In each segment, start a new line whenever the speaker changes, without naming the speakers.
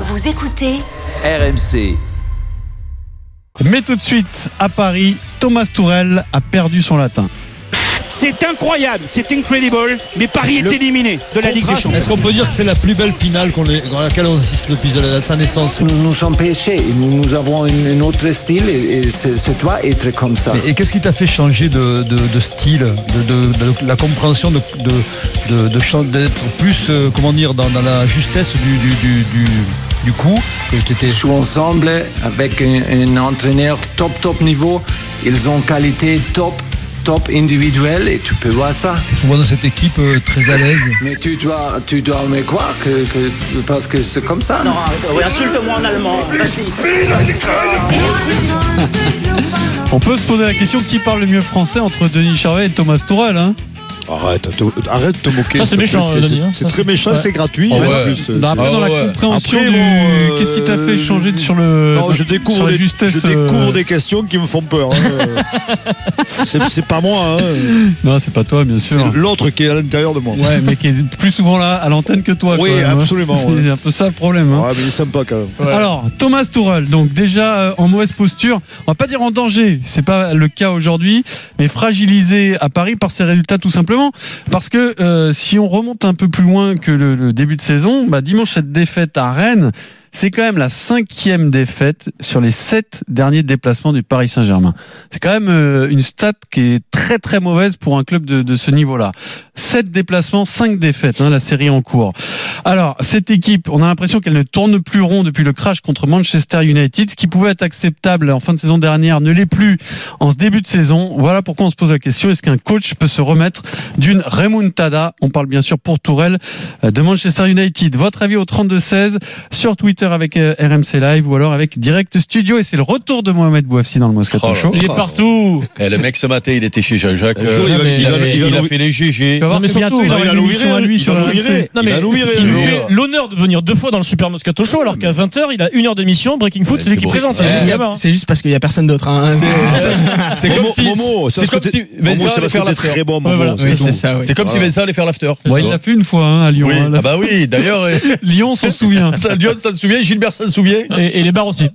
Vous écoutez
RMC.
Mais tout de suite, à Paris, Thomas Tourel a perdu son latin.
C'est incroyable, c'est incredible, mais Paris
Le
est éliminé de la Ligue des Champions.
Est-ce qu'on peut dire que c'est la plus belle finale qu'on ait- à laquelle on assiste depuis de sa naissance
nous nous empêcher. Nous, nous avons une, une autre style et, et c'est c'est toi être comme ça.
Et, et qu'est-ce qui t'a fait changer de, de- de style, de, de- de la compréhension de, de- de- de chan- d'être plus, euh, comment dire, dans, dans la justesse du, du, du, du, du coup que t'étais-
Ils jouent ensemble avec un, un entraîneur top, top niveau. Ils ont qualité top, top individuelle et tu peux voir ça.
Tu vois dans cette équipe euh, très à l'aise.
Mais tu dois, tu dois me croire que, que- parce que c'est comme ça. non
On peut se poser la question qui parle le mieux français entre Denis Charvet et Thomas Tourel. hein
Arrête, te- arrête de te moquer.
Ça, c'est
s'il te
méchant,
plaît. C'est-
Denis, hein.
C'est c'est très méchant,
Ouais.
c'est gratuit.
Oh,
en
ouais.
plus. euh,
Dans- Bah, Après,
Ah,
dans la
ouais.
compréhension
Après,
du.
bon, euh,
Qu'est-ce qui t'a fait changer de- sur le.
Non, je
sur
découvre,
la
des,
justesse.
je
euh,
découvre des questions qui me font peur. hein. c'est c'est pas moi, hein.
Non, c'est pas toi, bien
c'est
sûr.
l'autre qui est à l'intérieur de moi.
Ouais, mais qui est plus souvent là à l'antenne que toi.
Oui,
quand même, hein.
absolument,
C'est
ouais.
un peu ça le problème. hein.
Ouais, mais il est sympa quand même.
Alors, Thomas Tourel, donc déjà euh, en mauvaise posture, on va pas dire en danger, c'est pas le cas aujourd'hui, mais fragilisé à Paris par ses résultats tout simplement. Parce que euh, si on remonte un peu plus loin que le, le début de saison, bah, dimanche cette défaite à Rennes, c'est quand même la cinquième défaite sur les sept derniers déplacements du Paris Saint-Germain. C'est quand même euh, une stat qui est très très mauvaise pour un club de, de ce niveau-là. Sept déplacements, cinq défaites, hein, la série en cours. Alors, cette équipe, on a l'impression qu'elle ne tourne plus rond depuis le crash contre Manchester United. Ce qui pouvait être acceptable en fin de saison dernière ne l'est plus en ce début de saison. Voilà pourquoi on se pose la question est-ce qu'un coach peut se remettre d'une remontada On parle bien sûr pour Tourelle euh, de Manchester United. Votre avis au 32-16 sur Twitter avec euh, RMC Live ou alors avec Direct Studio. Et c'est le retour de Mohamed Bouafsi dans le Moscato
Oh là
Show.
là.
Il est partout
Eh, le mec, ce matin, il était chez Jean-Jacques.
Un jour,
Euh,
il va-
mais-
il va-
mais-
il va
il a
nous-
fait les GG.
Tu vas voir
Non, mais
que bientôt,
surtout,
il
il
aura
va
une
nous
émission à
virer,
lui
il
sur
va nous
RMC.
virer.
Non,
Il
mais
va nous virer,
il
le
nous
jour.
fait
oh,
l'honneur de venir deux fois dans le Super Moscato Show alors qu'à 20h il a une heure d'émission Breaking Foot
Ouais,
c'est lui qui
c'est
présente
beau.
c'est
Ouais.
juste gamin, hein.
C'est juste parce qu'il n'y a personne d'autre. hein.
C'est
Momo, Momo, c'est parce que
c'est comme
t'es-
si
Momo,
Vincent
c'est parce
allait
que
faire
t'es
l'after.
très bon, Momo.
voilà.
c'est
Oui,
tout.
c'est ça, oui.
C'est comme si
Voilà.
Vincent allait faire l'after.
Bon, il l'a fait une fois hein, à Lyon.
Oui.
hein.
Ah bah oui, d'ailleurs, euh,
Lyon s'en souvient.
ça, Lyon s'en souvient, Gilbert s'en souvient.
Et, et les bars aussi.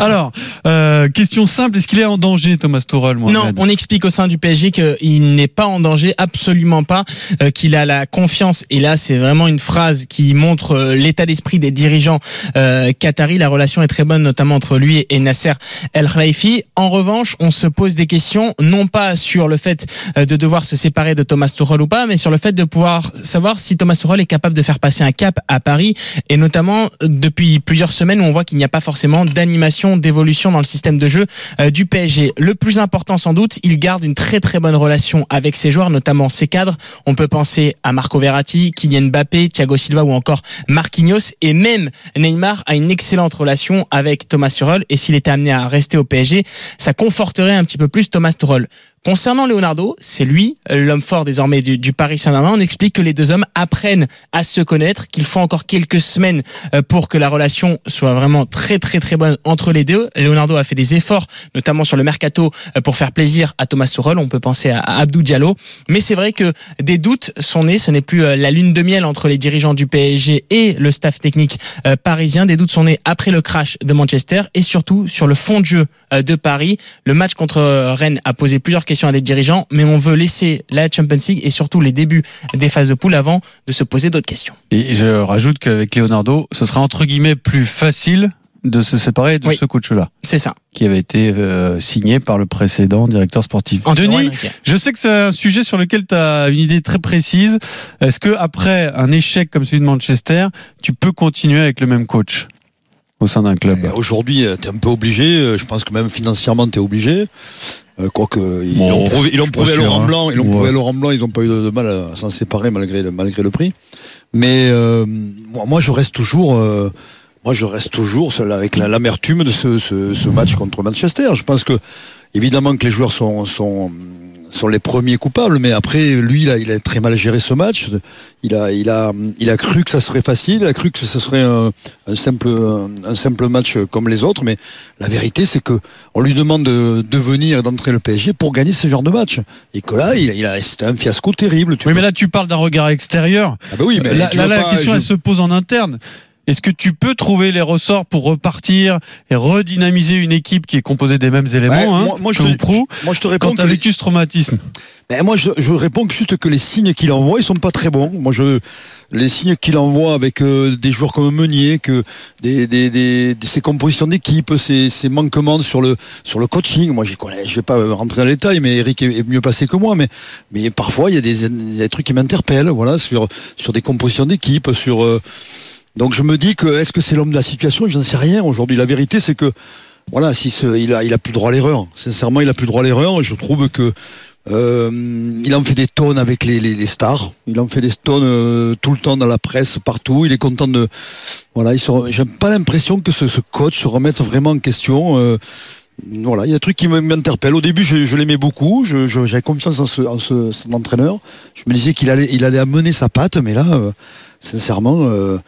Alors, euh, question simple, est-ce qu'il est en danger, Thomas Tuchel moi,
Non, on explique au sein du PSG qu'il n'est pas en danger, absolument pas, euh, qu'il a la confiance. Et là, c'est vraiment une phrase qui montre euh, l'état d'esprit des dirigeants euh, qataris. La relation est très bonne, notamment entre lui et Nasser El Khelaïfi. En revanche, on se pose des questions, non pas sur le fait euh, de devoir se séparer de Thomas Tuchel ou pas, mais sur le fait de pouvoir savoir si Thomas Tuchel est capable de faire passer un cap à Paris, et notamment euh, depuis plusieurs semaines où on voit qu'il n'y a pas forcément d'animation, d'évolution dans le système de jeu euh, du PSG. Le plus important sans doute, il garde une très très bonne relation avec ses joueurs, notamment ses cadres. On peut penser à Marco Verratti, Kylian Mbappé, Thiago Silva ou encore Marquinhos et même Neymar a une excellente relation avec Thomas Tuchel et s'il était amené à rester au PSG, ça conforterait un petit peu plus Thomas Tuchel. Concernant Leonardo, c'est lui, euh, l'homme fort désormais du, du Paris Saint-Germain. On explique que les deux hommes apprennent à se connaître, qu'il faut encore quelques semaines euh, pour que la relation soit vraiment très très très bonne entre les deux. Leonardo a fait des efforts, notamment sur le mercato, euh, pour faire plaisir à Thomas Tuchel. On peut penser à, à Abdou Diallo, mais c'est vrai que des doutes sont nés. Ce n'est plus euh, la lune de miel entre les dirigeants du PSG et le staff technique euh, parisien. Des doutes sont nés après le crash de Manchester et surtout sur le fond de jeu euh, de Paris. Le match contre euh, Rennes a posé plusieurs questions à des dirigeants, mais on veut laisser la Champions League et surtout les débuts des phases de poule avant de se poser d'autres questions.
Et je rajoute qu'avec Leonardo, ce sera entre guillemets plus facile de se séparer de
Oui.
ce coach-là,
C'est ça.
qui avait été euh, signé par le précédent directeur sportif.
Antoine
Denis,
Henriquet.
je sais que c'est un sujet sur lequel tu as une idée très précise. Est-ce que après un échec comme celui de Manchester, tu peux continuer avec le même coach au sein d'un club
Euh, Aujourd'hui, euh, t'es un peu obligé. euh, Je pense que même financièrement, t'es obligé. Euh, Quoique, euh, ils
Bon,
l'ont prouvé, ils l'ont prouvé à
sûr,
Laurent
hein.
Blanc, ils l'ont
Ouais.
prouvé à Laurent Blanc, ils n'ont pas eu de, de mal à, à s'en séparer malgré le, malgré le prix. Mais euh, moi, moi, je reste toujours, euh, moi, je reste toujours seul avec la- l'amertume de ce, ce, ce match contre Manchester. Je pense que évidemment que les joueurs sont, sont, sont les premiers coupables, mais après, lui, il a, il a très mal géré ce match. Il a, il a, il a cru que ça serait facile, il a cru que ce serait un, un simple, un simple match comme les autres, mais la vérité, c'est que on lui demande de, de venir et d'entrer le PSG pour gagner ce genre de match. Et que là, il, a- il a, c'était un fiasco terrible. Tu
Oui,
peux-
mais là tu parles d'un regard extérieur.
Ah bah oui, mais
là,
tu
là,
vas
la
pas-
question
je-
elle se pose en interne. Est-ce que tu peux trouver les ressorts pour repartir et redynamiser une équipe qui est composée des mêmes éléments
Ouais,
hein,
moi, moi, je
comme
te,
Prou,
moi, je te
quand
réponds
t'as
que les-
vécu ce traumatisme
Ben, moi, je, je réponds que juste que les signes qu'il envoie, ils sont pas très bons. Moi, je les signes qu'il envoie avec euh, des joueurs comme Meunier, que des, des, des, des- ses compositions d'équipe, ses, ses manquements sur le sur le coaching. Moi, j'y connais, je vais pas rentrer dans les détails, mais Eric est, est mieux placé que moi. Mais mais parfois, il y a des, des trucs qui m'interpellent, voilà, sur sur des compositions d'équipe, sur euh, donc je me dis que est-ce que c'est l'homme de la situation J'en sais rien aujourd'hui. La vérité, c'est que voilà, si ce- il a il a plus droit à l'erreur. Sincèrement, il a plus droit à l'erreur. Je trouve que euh, il en fait des tonnes avec les, les, les stars. Il en fait des tonnes euh, tout le temps dans la presse, partout. Il est content de. Voilà, il se re- j'ai pas l'impression que ce, ce coach se remette vraiment en question. euh, voilà, il y a des trucs qui me- m'interpellent. Au début, je, je l'aimais beaucoup. Je, je- j'avais confiance en, ce, en ce, cet entraîneur. Je me disais qu'il allait, il allait amener sa patte, mais là, euh, sincèrement, euh,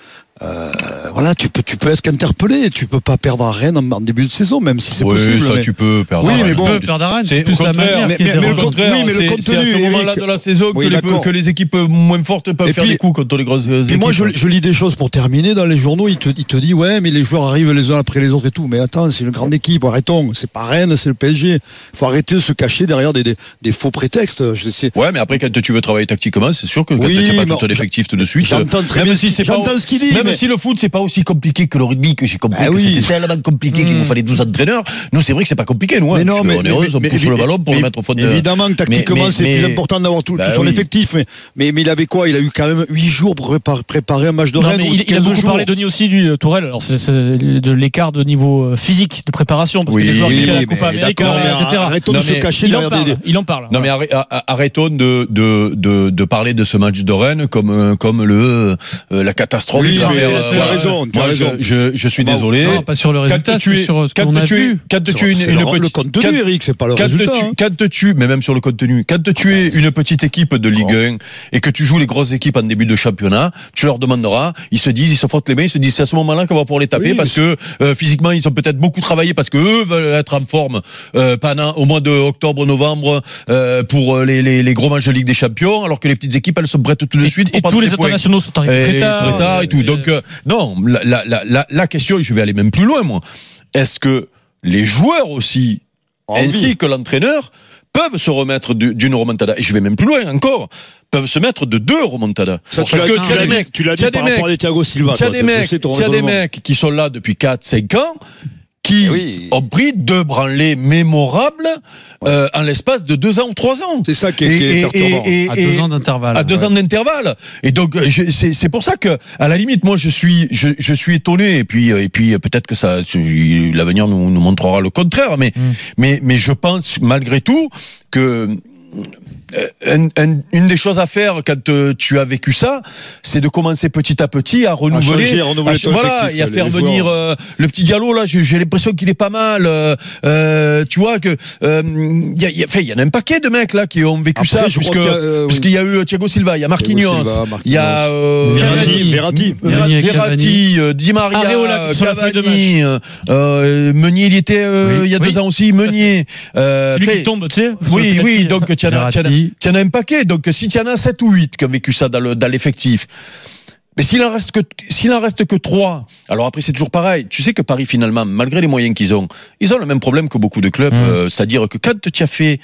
euh, voilà, tu peux, tu peux être qu'interpellé. Tu peux pas perdre à Rennes en, en début de saison, même si c'est
oui,
possible.
ça
mais-
tu peux perdre.
Oui,
un
mais
match.
bon,
Peu peur d'arène,
C'est
c'est
au
plus la
contraire,
manière
mais-
qui est
mais le
Au
dérangeante.
contraire,
Oui, mais le
c'est- c'est à ce
contenu,
moment-là
Eric.
de la saison que,
Oui,
les,
d'accord.
que les équipes euh, moins fortes peuvent
Et
faire
puis-
des coups contre les grosses
Puis
équipes.
moi, je, je lis des choses pour terminer dans les journaux. Il te, il te dit, ouais, mais les joueurs arrivent les uns après les autres et tout. Mais attends, c'est une grande équipe. Arrêtons. C'est pas Rennes, c'est le PSG. Faut arrêter de se cacher derrière des, des, des faux prétextes. Je sais.
Ouais, mais après, quand tu veux travailler tactiquement, c'est sûr que quand
Oui,
tu pas
mais
tout ton
j'a-
effectif tout de suite.
J'entends très
même
bien.
si c'est pas-
J'entends ce qu'il dit.
Même
mais-
si le foot, c'est pas aussi compliqué que le rugby, que j'ai compris
Bah
que
oui. Hmm.
c'était tellement compliqué qu'il vous fallait 12 entraîneurs. Nous, c'est vrai que c'est pas compliqué, nous. hein.
Mais non,
Parce
mais,
qu'on est heureux, on
mais-
pousse
mais-
le ballon pour
mais-
le mettre au fond de...
Évidemment, que tactiquement,
mais-
c'est
mais-
plus important d'avoir tout,
Bah
tout son
oui.
effectif. Mais, mais, mais il avait quoi Il a eu quand même 8 jours pour préparer, préparer un match de
Non,
Rennes.
mais
ou
il, il a
15
beaucoup
jours.
parlé, Denis aussi, lui, de Tourelle. Alors, c'est c'est de l'écart de niveau euh, physique, de préparation, parce
Oui,
que les joueurs
oui,
qui étaient à la
mais
Coupe
d'accord,
Amérique,
mais
euh, etc.
Arrêtons
Non,
de se
mais
cacher
Il en
derrière des- des.
parle. Il en parle.
Non mais arrê- a- arrêtons de, de, de, de parler de ce match de Rennes comme, euh, comme le, euh, la catastrophe.
Oui,
qu'il va
mais
faire,
tu as
euh,
raison, tu
moi,
as raison.
Je, je, je suis désolé.
Non, pas sur le résultat,
Quand
tu
tu
es,
es,
sur ce qu'on
quand
a
tu
vu.
es, quand tu es une,
C'est
une
le, le
petite,
contenu,
quand-
Eric, c'est pas le
quand tu,
résultat. hein.
quand tu, mais même sur le contenu, quand tu es une petite équipe de Ligue 1 et que tu joues les grosses équipes en début de championnat, tu leur demanderas, ils se disent, ils se frottent les mains, ils se disent c'est à ce moment-là qu'on va pouvoir les taper
Oui,
parce que euh, physiquement ils ont peut-être beaucoup travaillé parce que eux veulent être en forme euh, pendant au mois de octobre, novembre euh, pour euh, les, les, les gros matchs de Ligue des Champions, alors que les petites équipes elles se brettent tout de suite.
Et
pour
tous
prendre
les
des points.
internationaux sont
Et
arrivés très tard.
et tout. Donc euh, non, la, la, la- la, la question, et je vais aller même plus loin moi. Est-ce que les joueurs aussi ainsi que l'entraîneur peuvent se remettre du- d'une remontada. Et je vais même plus loin encore. Peuvent se mettre de deux remontadas.
Ça, tu
Parce
l'as-
que tu as
l'as
des
dit-
mecs,
tu l'as
tu
dit
as des
par rapport à
mecs,
des Thiago Silva.
tu as
toi,
des
je- je
mecs,
sais ton
tu as des
raisonnement.
mecs qui sont là depuis 4, 5 ans, qui
Eh oui.
ont pris deux branlées mémorables, euh, en l'espace de deux ans ou trois ans.
C'est ça qui est, qui est
Et- et-
perturbant.
et-
À
et-
deux ans d'intervalle.
Ah,
à deux ans d'intervalle. Et donc euh, je- c'est c'est pour ça que à la limite moi je suis je, je suis étonné et puis euh, et puis euh, peut-être que ça c'est- l'avenir nous, nous montrera le contraire
Mm.
mais mais mais je pense malgré tout que euh, un- un- une des choses à faire quand euh, tu as vécu ça, c'est de commencer petit à petit à renouveler,
changer, à renouveler ton
voilà,
effectif,
et à
les
faire
joueurs.
venir euh, le petit dialogue là. J'ai j'ai l'impression qu'il est pas mal. euh, euh, tu vois que euh, il y, a- il y a- enfin, il y en a un paquet de mecs là qui ont vécu
Après,
ça,
je crois
puisque
qu'il y a, euh, oui.
puisqu'il y a eu Thiago Silva, il y a Marquinhos,
Silva,
il y a
Marquinhos.
euh,
Verratti, Verratti.
Verratti,
Verratti,
Verratti, euh, Di Maria,
Areola,
euh,
oh sur la feuille de
Cavani, euh, euh, Meunier, il y était euh,
Oui.
il y a
Oui.
deux ans aussi, Meunier. euh,
C'est lui
fait-
qui tombe, tu sais. sur le
oui,
penalty.
oui, donc tu en as- tu en as-
Verratti.
tu en as un paquet. Donc si tu en as 7 ou 8 qui ont vécu ça dans le- dans l'effectif, mais s'il en reste que s'il en reste que 3, alors après c'est toujours pareil. Tu sais que Paris finalement, malgré les moyens qu'ils ont, ils ont le même problème que beaucoup de clubs, euh, c'est-à-dire que quand tu as fait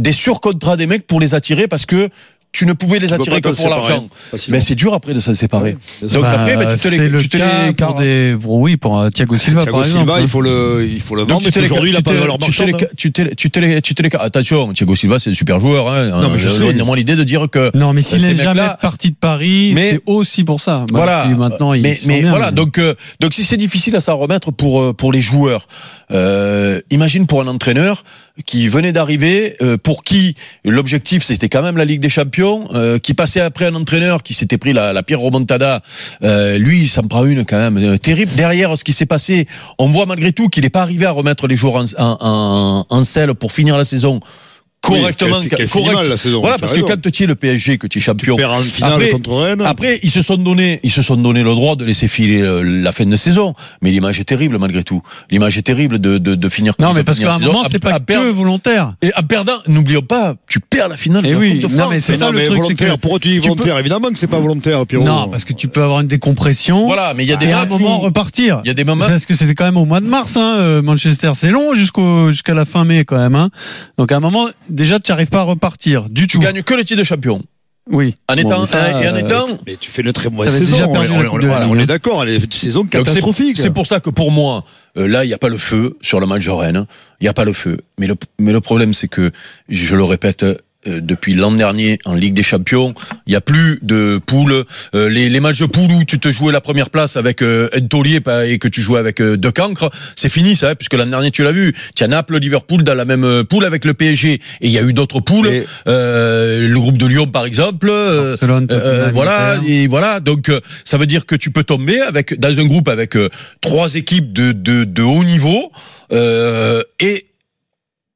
des surcontrats des mecs pour les attirer parce que tu ne pouvais les
Tu peux
attirer
pas
que
t'en
pour
séparer
l'argent.
facilement.
Mais c'est dur après de s'en séparer.
bien sûr.
Donc
Bah,
après, bah, tu te
c'est
les,
le
tu te
cas
les
pour des, pour- oui, pour euh, Thiago Silva,
Thiago
par exemple.
Silva,
hein.
il faut le, il faut le
Donc
vendre.
tu
et
t'es
aujourd'hui, il a pas de valeur marchande. hein.
tu t'es tu t'es tu t'es attention Thiago Silva c'est un super joueur hein
Non, mais je
Euh,
sais.
loin de moi l'idée de dire que
Non, mais s'il
Ces
est
mecs-là-
jamais parti de Paris,
Mais-
c'est aussi pour ça. Bah,
voilà.
puis Maintenant, il
mais,
se sent
mais
bien,
voilà, donc euh, donc si c'est difficile à s'en remettre pour euh, pour les joueurs, euh, imagine pour un entraîneur qui venait d'arriver, euh, pour qui l'objectif c'était quand même la Ligue des Champions, euh, qui passait après un entraîneur qui s'était pris la, la pierre remontada, euh, lui ça me prend une quand même euh, terrible. Derrière ce qui s'est passé, on voit malgré tout qu'il n'est pas arrivé à remettre les joueurs en, en, en- en selle pour finir la saison correctement.
qu'elle- qu'elle finit
correct.
mal la saison,
Voilà,
tu
parce
as
que
raison.
quand tu es le PSG, que tu es champion,
Perd en finale
Après-
contre Rennes.
après, ils se sont donné, ils se sont donné le droit de laisser filer euh, la fin de saison. Mais l'image est terrible malgré tout. L'image est terrible de, de, de finir. comme
Non,
ils
mais
ont
parce
fini
qu'à
la
un
saison,
moment,
à-
c'est
à
pas que
perdre-
volontaire.
Et en perdant, n'oublions pas, tu perds la finale.
Eh
de la
oui,
Coupe de
non,
France.
mais c'est
Mais
ça
non,
le
mais
truc. c'est que-
volontaire. Pour eux, tu dis
tu
volontaire. Évidemment que c'est pas volontaire, Pierrot.
Non, parce que tu peux avoir une décompression.
Voilà, mais il y a des
Et à un
matchs
moment
où-
repartir.
il y a des moments.
Parce que c'était quand même au mois de mars, hein, euh, Manchester. C'est long jusqu'au jusqu'à la fin mai quand même. Hein. Donc à un moment, déjà, tu n'arrives pas à repartir du
Tu
tout.
gagnes que le titre de champion.
Oui.
En
Bon,
étant,
mais ça,
et en
euh,
étant,
Mais tu fais une très mauvaise
T'avais
saison.
déjà
On,
perdu la Coupe
on-
de
on-
la
voilà,
Ligue,
on
hein.
est d'accord, elle est une saison
Donc, c'est-
catastrophique.
C'est pour ça que pour moi, euh, là, il n'y a pas le feu sur le match de Rennes. Il n'y a pas le feu. Mais le, mais le problème, c'est que, je le répète, euh, depuis l'an dernier en Ligue des Champions, il n'y a plus de poules. Euh, les, les matchs de poules où tu te jouais la première place avec euh, un taulier pa- et que tu jouais avec euh, De Cancre, c'est fini ça, hein, puisque l'an dernier tu l'as vu. Tu as Naples, Liverpool dans la même euh, poule avec le PSG. Et il y a eu d'autres poules.
Et- Ah.
Euh, le groupe de Lyon, par exemple. euh,
Barcelone, Tottenham,
euh, voilà,
Inter.
et voilà. Donc, euh, ça veut dire que tu peux tomber avec dans un groupe avec euh, trois équipes de, de, de haut niveau euh, et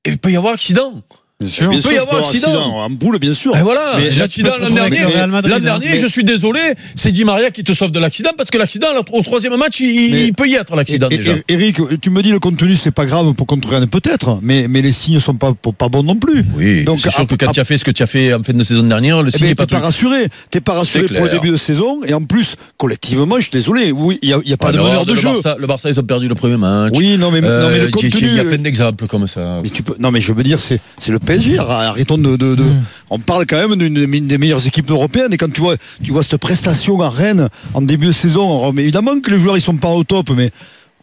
et il peut y avoir accident.
Bien sûr.
Bien
peut
sûr,
y avoir accident. Ah
En boule, bien sûr.
Et voilà,
Oh. Mais
là, tu peux
l'accident
te
l'an
retrouver avec
dernier.
le Real Madrid,
L'an
hein.
dernier,
Mais-
je suis désolé, c'est Di Maria qui te sauve de l'accident parce que l'accident là, au troisième match, il, il-
Mais-
il peut y être
Et-
l'accident
et-
déjà.
et- Eric, tu me dis le contenu, c'est pas grave pour contre Rennes, peut-être, mais, mais les signes sont pas, pas bons non plus.
oui,
Donc,
c'est sûr que
ap-
quand
ap-
tu as fait ce que tu as fait en fin de saison dernière, le
Eh
signe
ben,
n'est
t'es
pas
pas
tout.
rassuré, t'es pas rassuré
C'est
pour le
clair.
début de saison, et en plus, collectivement, je suis désolé, oui, il n'y a, il y a pas de
Alors,
meneur de
le
jeu.
Ah, Barça, le Barça, ils ont perdu le premier match.
Oui, non, mais, non, mais
Euh,
le
il y a-
contenu.
Il y a plein d'exemples comme ça.
Mais tu peux, non, mais je veux dire, c'est, c'est le PSG. Ar- Arrêtons de, de, de- on parle quand même d'une des mine- des meilleures équipes européennes. Et quand tu vois, tu vois cette prestation à Rennes en début de saison, alors, mais évidemment que les joueurs ils sont pas au top, mais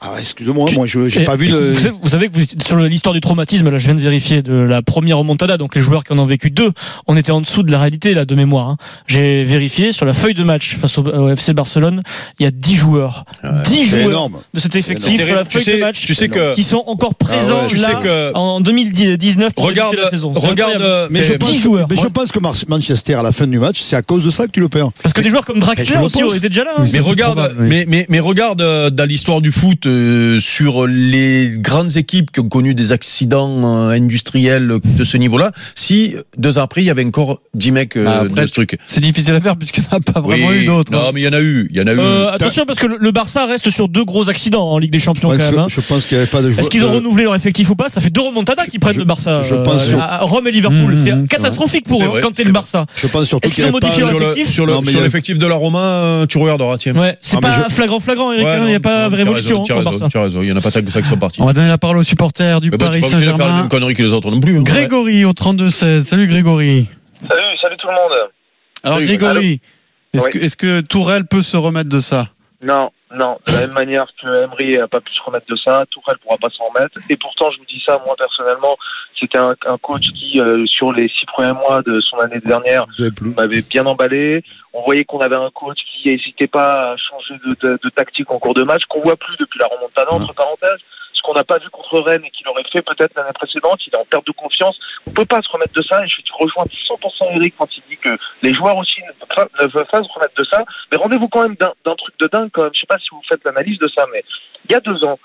ah, excuse-moi, moi je j'ai
Eh,
Et-
pas vu
et
le.
Vous savez, vous savez que vous- sur le- l'histoire du traumatisme, là, je viens de vérifier de la première remontada, donc les joueurs qui en ont vécu deux, on était en dessous de la réalité là de mémoire. hein. J'ai vérifié sur la feuille de match face au, au FC Barcelone, il y a 10 joueurs, 10
C'est
joueurs
énorme.
de cet
énorme.
effectif sur la
tu
feuille
sais,
de match
Eh
tu sais que
qui sont encore présents
Ah ouais,
tu
là
sais que
en 2019. pour
Regarde,
débuter la saison. C'est
regarde.
incroyable.
euh,
Mais je,
c'est-
pense
dix
que,
joueurs.
mais je pense que Mar- Manchester, à la fin du match, c'est à cause de ça que tu le perds.
parce que des joueurs comme
euh, je
Draxler
le
aussi
pense.
étaient déjà là. hein.
mais regarde,
probable, oui.
mais, mais, mais regarde euh, dans l'histoire du foot euh, sur les grandes équipes qui ont connu des accidents euh, industriels de ce niveau-là. Si deux ans après il y avait encore 10 mecs euh,
Bah, après,
de ce truc,
C'est difficile à faire puisqu'il n'y en a pas vraiment
Oui,
eu d'autres. hein.
Non, mais il y en a eu, il y en a eu.
Euh, attention parce que le, le Barça reste sur deux gros accidents en Ligue des Champions
Parce
quand
que
même. hein.
je pense qu'il n'y avait pas de joueurs. euh,
Est-ce qu'ils ont
de-
renouvelé leur effectif ou pas Ça fait deux remontadas qui prennent
je-
le Barça.
je
euh,
pense
à-
sur-
à Rome et Liverpool.
Mmh,
c'est
mmh,
catastrophique pour
c'est
eux
vrai,
quand t'es
c'est
le Barça.
Je pense surtout
Est-ce
qu'il
qu'ils
y
ont
avait pas-
modifié
sur
leur
le,
effectif
sur le-
Non, mais
sur
il y a-
l'effectif de la Roma, euh, tu regarderas, tiens.
Ouais, c'est
Ah, mais
pas flagrant flagrant, Eric.
Ouais,
hein, Il
non,
n'y a pas
non,
de
t'as
révolution
raison, t'as
hein, au
raison,
Barça.
t'as raison, il y en a pas tant que ça qui sont partis.
On va donner la parole aux supporters du
Mais bon, tu
Paris
es pas obligé de faire la
Saint-Germain.
même connerie que les autres non plus. hein.
Grégory au 32-16. Salut Grégory.
Salut, salut tout le monde.
Alors
Salut,
Grégory, est-ce
Oui.
que, est-ce que Tourelle peut se remettre de ça
Non, non, de la même manière que Emery n'a pas pu se remettre de ça, Tourelle pourra pas s'en remettre. Et pourtant, je vous dis ça, moi personnellement, c'était un, un coach qui, euh, sur les six premiers mois de son année dernière,
Vous avez plus.
m'avait bien emballé. On voyait qu'on avait un coach qui n'hésitait pas à changer de, de- de tactique en cours de match, qu'on voit plus depuis la remontada, entre parenthèses. Ce qu'on n'a pas vu contre Rennes et qu'il aurait fait peut-être l'année précédente, il est en perte de confiance. On peut pas se remettre de ça et je suis rejoint 100% Eric quand il dit que les joueurs aussi ne peuvent pas, ne veulent pas se remettre de ça. Mais rendez-vous quand même d'un d'un truc de dingue quand même. Je sais pas si vous faites l'analyse de ça, mais il y a deux ans,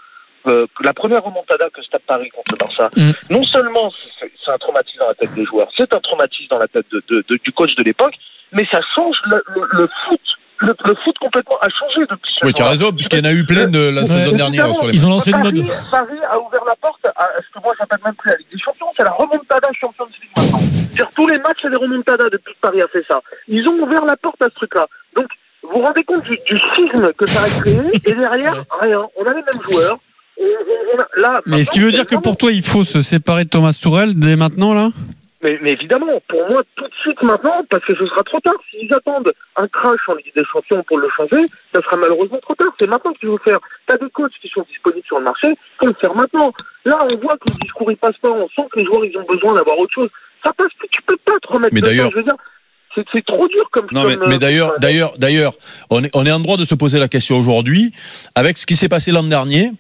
euh, que la première remontada que se tape Paris contre le Barça,
Mm.
non seulement c'est- c'est c'est un traumatisme dans la tête des joueurs, c'est un traumatisme dans la tête de- de- de- du coach de l'époque, mais ça change le, le- le foot. Le, le foot complètement a changé depuis ce
Oui, tu as
jour-là.
raison, puisqu'il y en a eu plein de la
Ouais.
saison dernière sur les
Ils ont lancé une
Paris,
mode.
Paris a ouvert la porte à ce que moi j'appelle même plus la Ligue des Champions, c'est la remontada Champions League maintenant. Sur tous les matchs, c'est des remontadas depuis que Paris a fait ça. Ils ont ouvert la porte à ce truc-là. Donc, vous vous rendez compte du, du schisme que ça a créé, et derrière, rien. On a les mêmes joueurs. On- on- on a- là,
Mais ce qui
maintenant,
veut dire
c'est
que pour toi, il faut se séparer de Thomas Tourelle dès maintenant, là
Mm.
Mais, mais évidemment, pour moi, tout de suite maintenant, parce que ce sera trop tard. S'ils attendent un crash en Ligue des Champions pour le changer, ça sera malheureusement trop tard. C'est maintenant qu'il faut faire. T'as des coachs qui sont disponibles sur le marché, faut le faire maintenant. Là, on voit que le discours il passe pas, on sent que les joueurs ils ont besoin d'avoir autre chose. Ça passe, plus, tu peux pas te remettre.
Mais
dedans,
d'ailleurs-
je veux dire, c'est, c'est trop dur comme.
Non, mais,
comme, euh,
mais d'ailleurs,
comme-
d'ailleurs, d'ailleurs, on est, on est en droit de se poser la question aujourd'hui, avec ce qui s'est passé l'an dernier.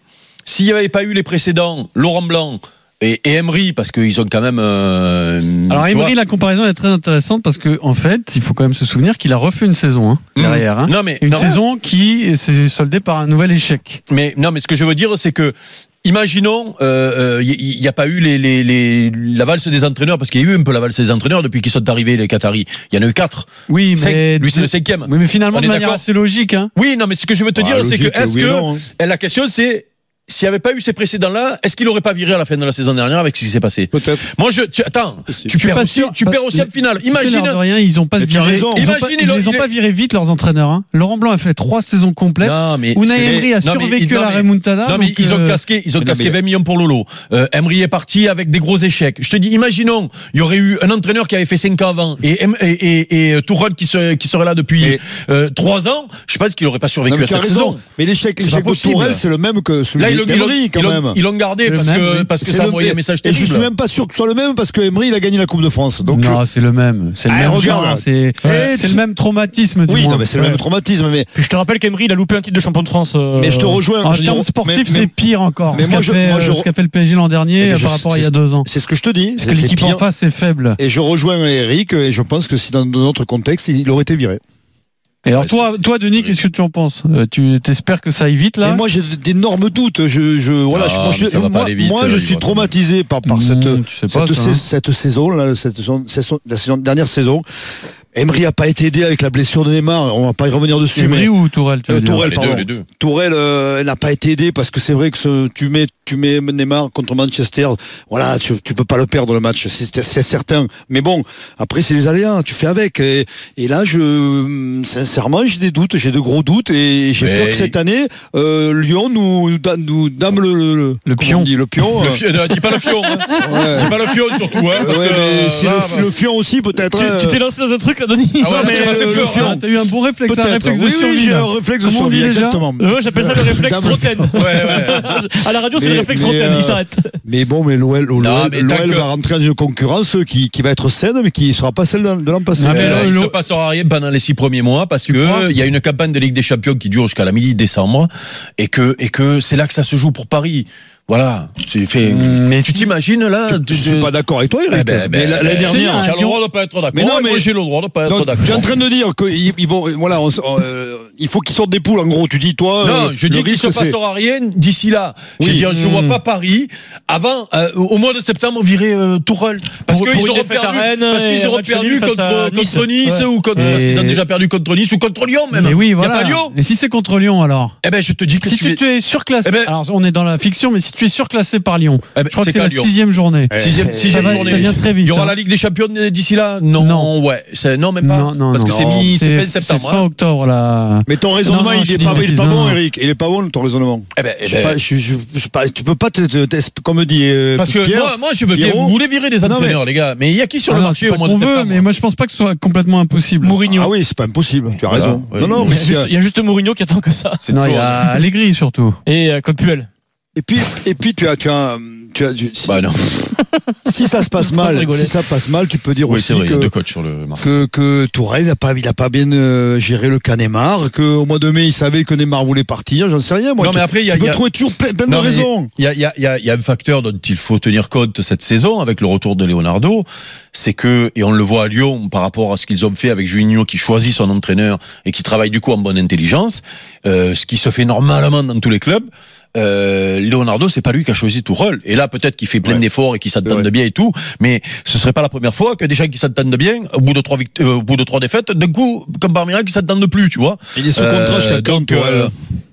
S'il n'y avait pas eu les précédents, Laurent Blanc, et, et Emery parce qu'ils ont quand même. euh,
Alors
tu
Emery,
vois.
la comparaison est très intéressante parce que en fait, il faut quand même se souvenir qu'il a refait une saison hein,
Mm.
derrière. hein.
Non mais
Une
non,
saison qui s'est soldée par un nouvel échec.
Mais non, mais ce que je veux dire, c'est que. Imaginons, il euh, n'y a pas eu les, les, les, la valse des entraîneurs, parce qu'il y a eu un peu la valse des entraîneurs depuis qu'ils sont arrivés, les Qataris. Il y en a eu quatre.
Oui,
Cinq.
mais
Lui, c'est le cinquième.
oui, mais finalement
On
de
est
manière
d'accord
assez logique. Hein.
Oui, non, mais ce que je veux te
Bah,
dire, c'est
logique,
que est-ce
oui et
que
non, hein.
la question, c'est s'il n'y avait pas eu ces précédents-là, est-ce qu'il n'aurait pas viré à la fin de la saison dernière avec ce qui s'est passé
Peut-être.
Moi, je tu, attends,
Possible.
tu
Je suis
perds
pas
aussi,
sûr.
tu
Bah,
perds aussi
mais-
en finale.
C'est l'air de
Imagine.
rien, ils ont pas
Mais tu as
viré.
raison.
Ils ont
Imagine,
pas, ils
il a-
les ont
il
pas
est-
virés vite leurs entraîneurs. Hein. Laurent Blanc a fait trois saisons complètes.
Non, mais
Unai
je te
Emery
dis-
a
non, mais-
survécu
non,
à la
mais-
remontada.
Non, mais
donc,
ils ont
euh,
casqué, ils ont
mais non,
casqué
mais-
20 millions pour Lolo. Euh, Emery est parti avec des gros échecs. Je te dis, imaginons, il y aurait eu un entraîneur qui avait fait 5 ans avant et, Em- et, et, et Tourelle qui, se- qui serait là depuis
Mais-
3 ans. Je pense qu'il n'aurait pas
Non,
survécu
mais
à
tu as
cette
raison.
saison.
Mais l'échec,
C'est
l'échec
pas
de
possible.
Tourelle, c'est le même que
Là,
celui
ils l'ont- ils l'ont-
d'Emery,
ils
quand
l'ont-
même.
ils l'ont gardé
le
parce
même,
que,
oui.
parce que
C'est
ça
le-
envoyait un message
Et je suis
terrible.
même pas sûr que ce soit le même parce que Emery, il a gagné la Coupe de France. Donc,
non, c'est le même. C'est le
Ah,
même
regarde.
genre, C'est
Eh,
c'est
tu-
le même traumatisme. Du
oui,
moins. Euh,
non, mais c'est le même traumatisme. Mais,
Puis je te rappelle qu'Emery, il a loupé un titre de champion de France. euh,
mais je te rejoins.
En
je te re-
termes sportifs,
mais-
c'est pire encore.
mais
ce
moi,
qu'a
je-
fait,
moi,
euh,
je-
ce qu'a fait le PSG l'an
Eh
dernier
ben,
euh,
je-
par rapport à il y a
c'est-
deux ans.
C'est ce que je te dis.
Parce que
c'est
l'équipe en
pire.
face c'est faible.
Et je rejoins Eric et je pense que si dans notre contexte, il aurait été viré.
Et alors
Ouais,
toi,
c'est-
toi Denis,
oui.
qu'est-ce que tu en penses Euh, Tu t'espères que ça aille vite là
Et moi, j'ai d'énormes doutes. Je, je, voilà,
Ah,
je- moi,
mais
je,
ça va pas
moi-
aller vite,
moi, je
euh,
suis
Yvan.
traumatisé par, par cette,
Mmh, tu sais pas,
cette,
ça,
sais-
hein.
cette saison, là, cette saison, saison- la saison- dernière saison. Emery a pas été aidé avec la blessure de Neymar. On va pas y revenir dessus. mais-
Emery ou Tourelle tu
Euh,
veux dire
Tourelle,
Les
pardon.
deux, les deux.
Tourelle euh, n'a pas été aidé parce que c'est vrai que ce- tu mets tu mets Neymar contre Manchester, voilà, tu, tu peux pas le perdre le match, c'est c'est certain. Mais bon, après c'est les aléas, tu fais avec. Et, et là, je sincèrement, j'ai des doutes, j'ai de gros doutes et j'ai
Mais-
peur que cette année euh, Lyon nous nous, da- nous dame le le, le-
Le
comment on
pion.
dit, le pion.
Le
euh,
fion- euh, dis pas le fion, hein.
ouais.
dis pas le fion surtout, hein, parce
Ouais,
que,
mais c'est
là,
le-
bah-
le, fion aussi peut-être.
Tu
hein.
tu t'es lancé dans un truc là, Denis
Ah ouais,
Non,
là,
mais
tu m'as fait
le- le
peur,
fion,
hein.
Ah, T'as eu un bon réflexe, un
Peut-être.
réflexe de
oui, oui,
survie.
j'ai
là.
un réflexe de
Comment on
survie,
dit déjà
exactement.
Moi, j'appelle ça le réflexe
Dame-
trentaine.
hein. Ouais, ouais.
À la radio, c'est
Mais-
le réflexe
mais,
trentaine,
euh,
il s'arrête.
Mais bon, mais l'OL, l'OL,
Non, mais tant que-
va rentrer dans une concurrence qui, qui va être saine, mais qui sera pas celle de l'an- de l'an passé.
Non, mais
Euh,
là,
il
le-
se passera rien pendant les six premiers mois parce
crois
que il y a une campagne de Ligue des Champions qui dure jusqu'à la mi-décembre et que et que c'est là que ça se joue pour Paris. Voilà, c'est fait.
Mmh,
Hmm.
mais
tu
si-
t'imagines là
je suis pas d'accord avec toi, Eric.
Eh ben,
mais
ben,
la- l'année
ben,
dernière.
Tu as le droit de pas être d'accord.
Mais non, mais-
Moi, j'ai le droit de pas être
Donc, tu es en
d'accord.
train de dire qu'ils ils vont, voilà, on s- on, euh, il faut qu'ils sortent des poules. En gros, tu dis toi.
Non,
euh,
je
le
dis qu'il
risque,
se
c'est-
passera rien d'ici là. Je veux
Oui.
dire, je ne vois pas Paris avant euh, au mois de septembre virer euh, Tourelle parce
Pour-
qu'ils
pour une
auront
défaite
perdu,
à Rennes
parce
et
qu'ils
un
auront
match
perdu
nul face
contre
à Nice.
contre Nice
Ouais.
ou contre
Et-
parce qu'ils ont déjà perdu contre Nice ou contre Lyon même.
Mais oui,
Il y a
voilà.
pas Lyon.
Et si c'est contre Lyon alors
Eh ben, je te dis que
Si
tu es-
tu, tu es surclassé,
Eh ben-
alors on est dans la fiction, mais si tu es surclassé par Lyon,
Eh ben,
je crois que
c'est
c'est
qu'à
la
Lyon. Eh,
sixième journée.
Sixième,
Ça,
sixième
va-
journée.
ça vient très vite.
Il y aura
hein.
la Ligue des Champions euh, d'ici là Non.
Non.
Ouais. C'est- Non, même pas.
Non, non,
Parce
non.
que c'est
Non.
mi, c'est fin
C'est
septembre.
fin
hein.
octobre là.
Mais ton raisonnement,
Non, non,
il
je
est
dis
pas,
une
il est pas
bêtise,
bon,
non.
Eric. Il est pas bon ton raisonnement.
Eh ben, eh
Je sais
ben,
pas, je- je- je sais pas, tu peux pas te, te- te- comme dit euh,
parce que
Pierre,
moi, moi, je veux bien.
Pierrot.
Vous voulez virer des
Non,
entraîneurs, les gars. Mais il y a qui sur le
Ah non,
marché
c'est
au
pas
mois de
qu'on veut,
septembre hein
mais moi je pense pas que ce soit complètement impossible.
Mourinho.
ah oui, c'est pas impossible. Tu as
Voilà,
raison.
oui.
Non, non,
Il y
mais
a juste-
c'est-
il y a juste Mourinho qui attend que ça.
C'est hein.
non, il
toujours-
y a Allegri surtout.
Et euh, Claude Puel.
et puis, et puis, tu as, tu as, tu as, tu- si-
Bah non.
si ça se passe mal,
rigoler.
si ça passe mal, tu peux dire
Oui,
aussi
c'est vrai. Il y
que
a deux coachs sur le marché.
que, que Tourelle n'a pas, il a pas bien euh, géré le cas Neymar, que au mois de mai il savait que Neymar voulait partir, j'en sais rien. Moi,
Non, mais après, il y a-
tu peux
il y a-
trouver toujours plein, plein de
Non, mais
raisons.
Il y a, il y a- il y a- il y a un facteur dont il faut tenir compte cette saison avec le retour de Leonardo, c'est que et on le voit à Lyon par rapport à ce qu'ils ont fait avec Juninho qui choisit son entraîneur et qui travaille du coup en bonne intelligence, euh, ce qui se fait normalement dans tous les clubs. Euh, Leonardo, c'est pas lui qui a choisi Tourelle. Et là, peut-être qu'il fait plein
Ouais.
d'efforts et qu'il s'entendent
Ouais.
bien et tout, mais ce serait pas la première fois que des gens qui s'entendent bien, au bout de trois, vict- euh, au bout de trois défaites, d'un coup, comme par miracle, ils s'entendent plus, tu vois.
Il est sous contrat
Euh,
jusqu'à quand
donc, euh,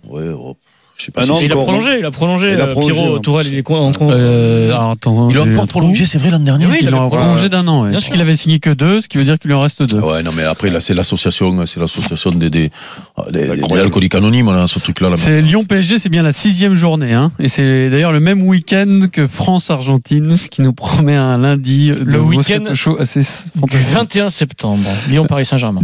Tourelle
ouais, oh, je sais pas
Un
si
an
c'est-
Et il a
Encore,
prolongé, il a prolongé.
Il a
euh,
prolongé,
Pierrot,
hein.
Tourelle, il est con- en con-
Euh, alors, attends,
Il a
j'ai un
encore
trou.
prolongé, c'est vrai, l'an dernier.
Oui, il
Il
avait
a prolongé d'un an. ouais.
Bien
Parce
sûr.
qu'il avait signé que deux, ce qui veut dire qu'il lui en reste deux.
Ouais, non, mais après, là, c'est l'association, c'est l'association des, des, des, des- des
Incroyable.
alcooliques anonymes, là, ce truc-là. là.
C'est Lyon PSG, c'est bien la sixième journée, hein. Et c'est d'ailleurs le même week-end que France Argentine, ce qui nous promet un lundi de
Le week-end
Moscato Show assez
du 21 septembre. Lyon-Paris Saint-Germain.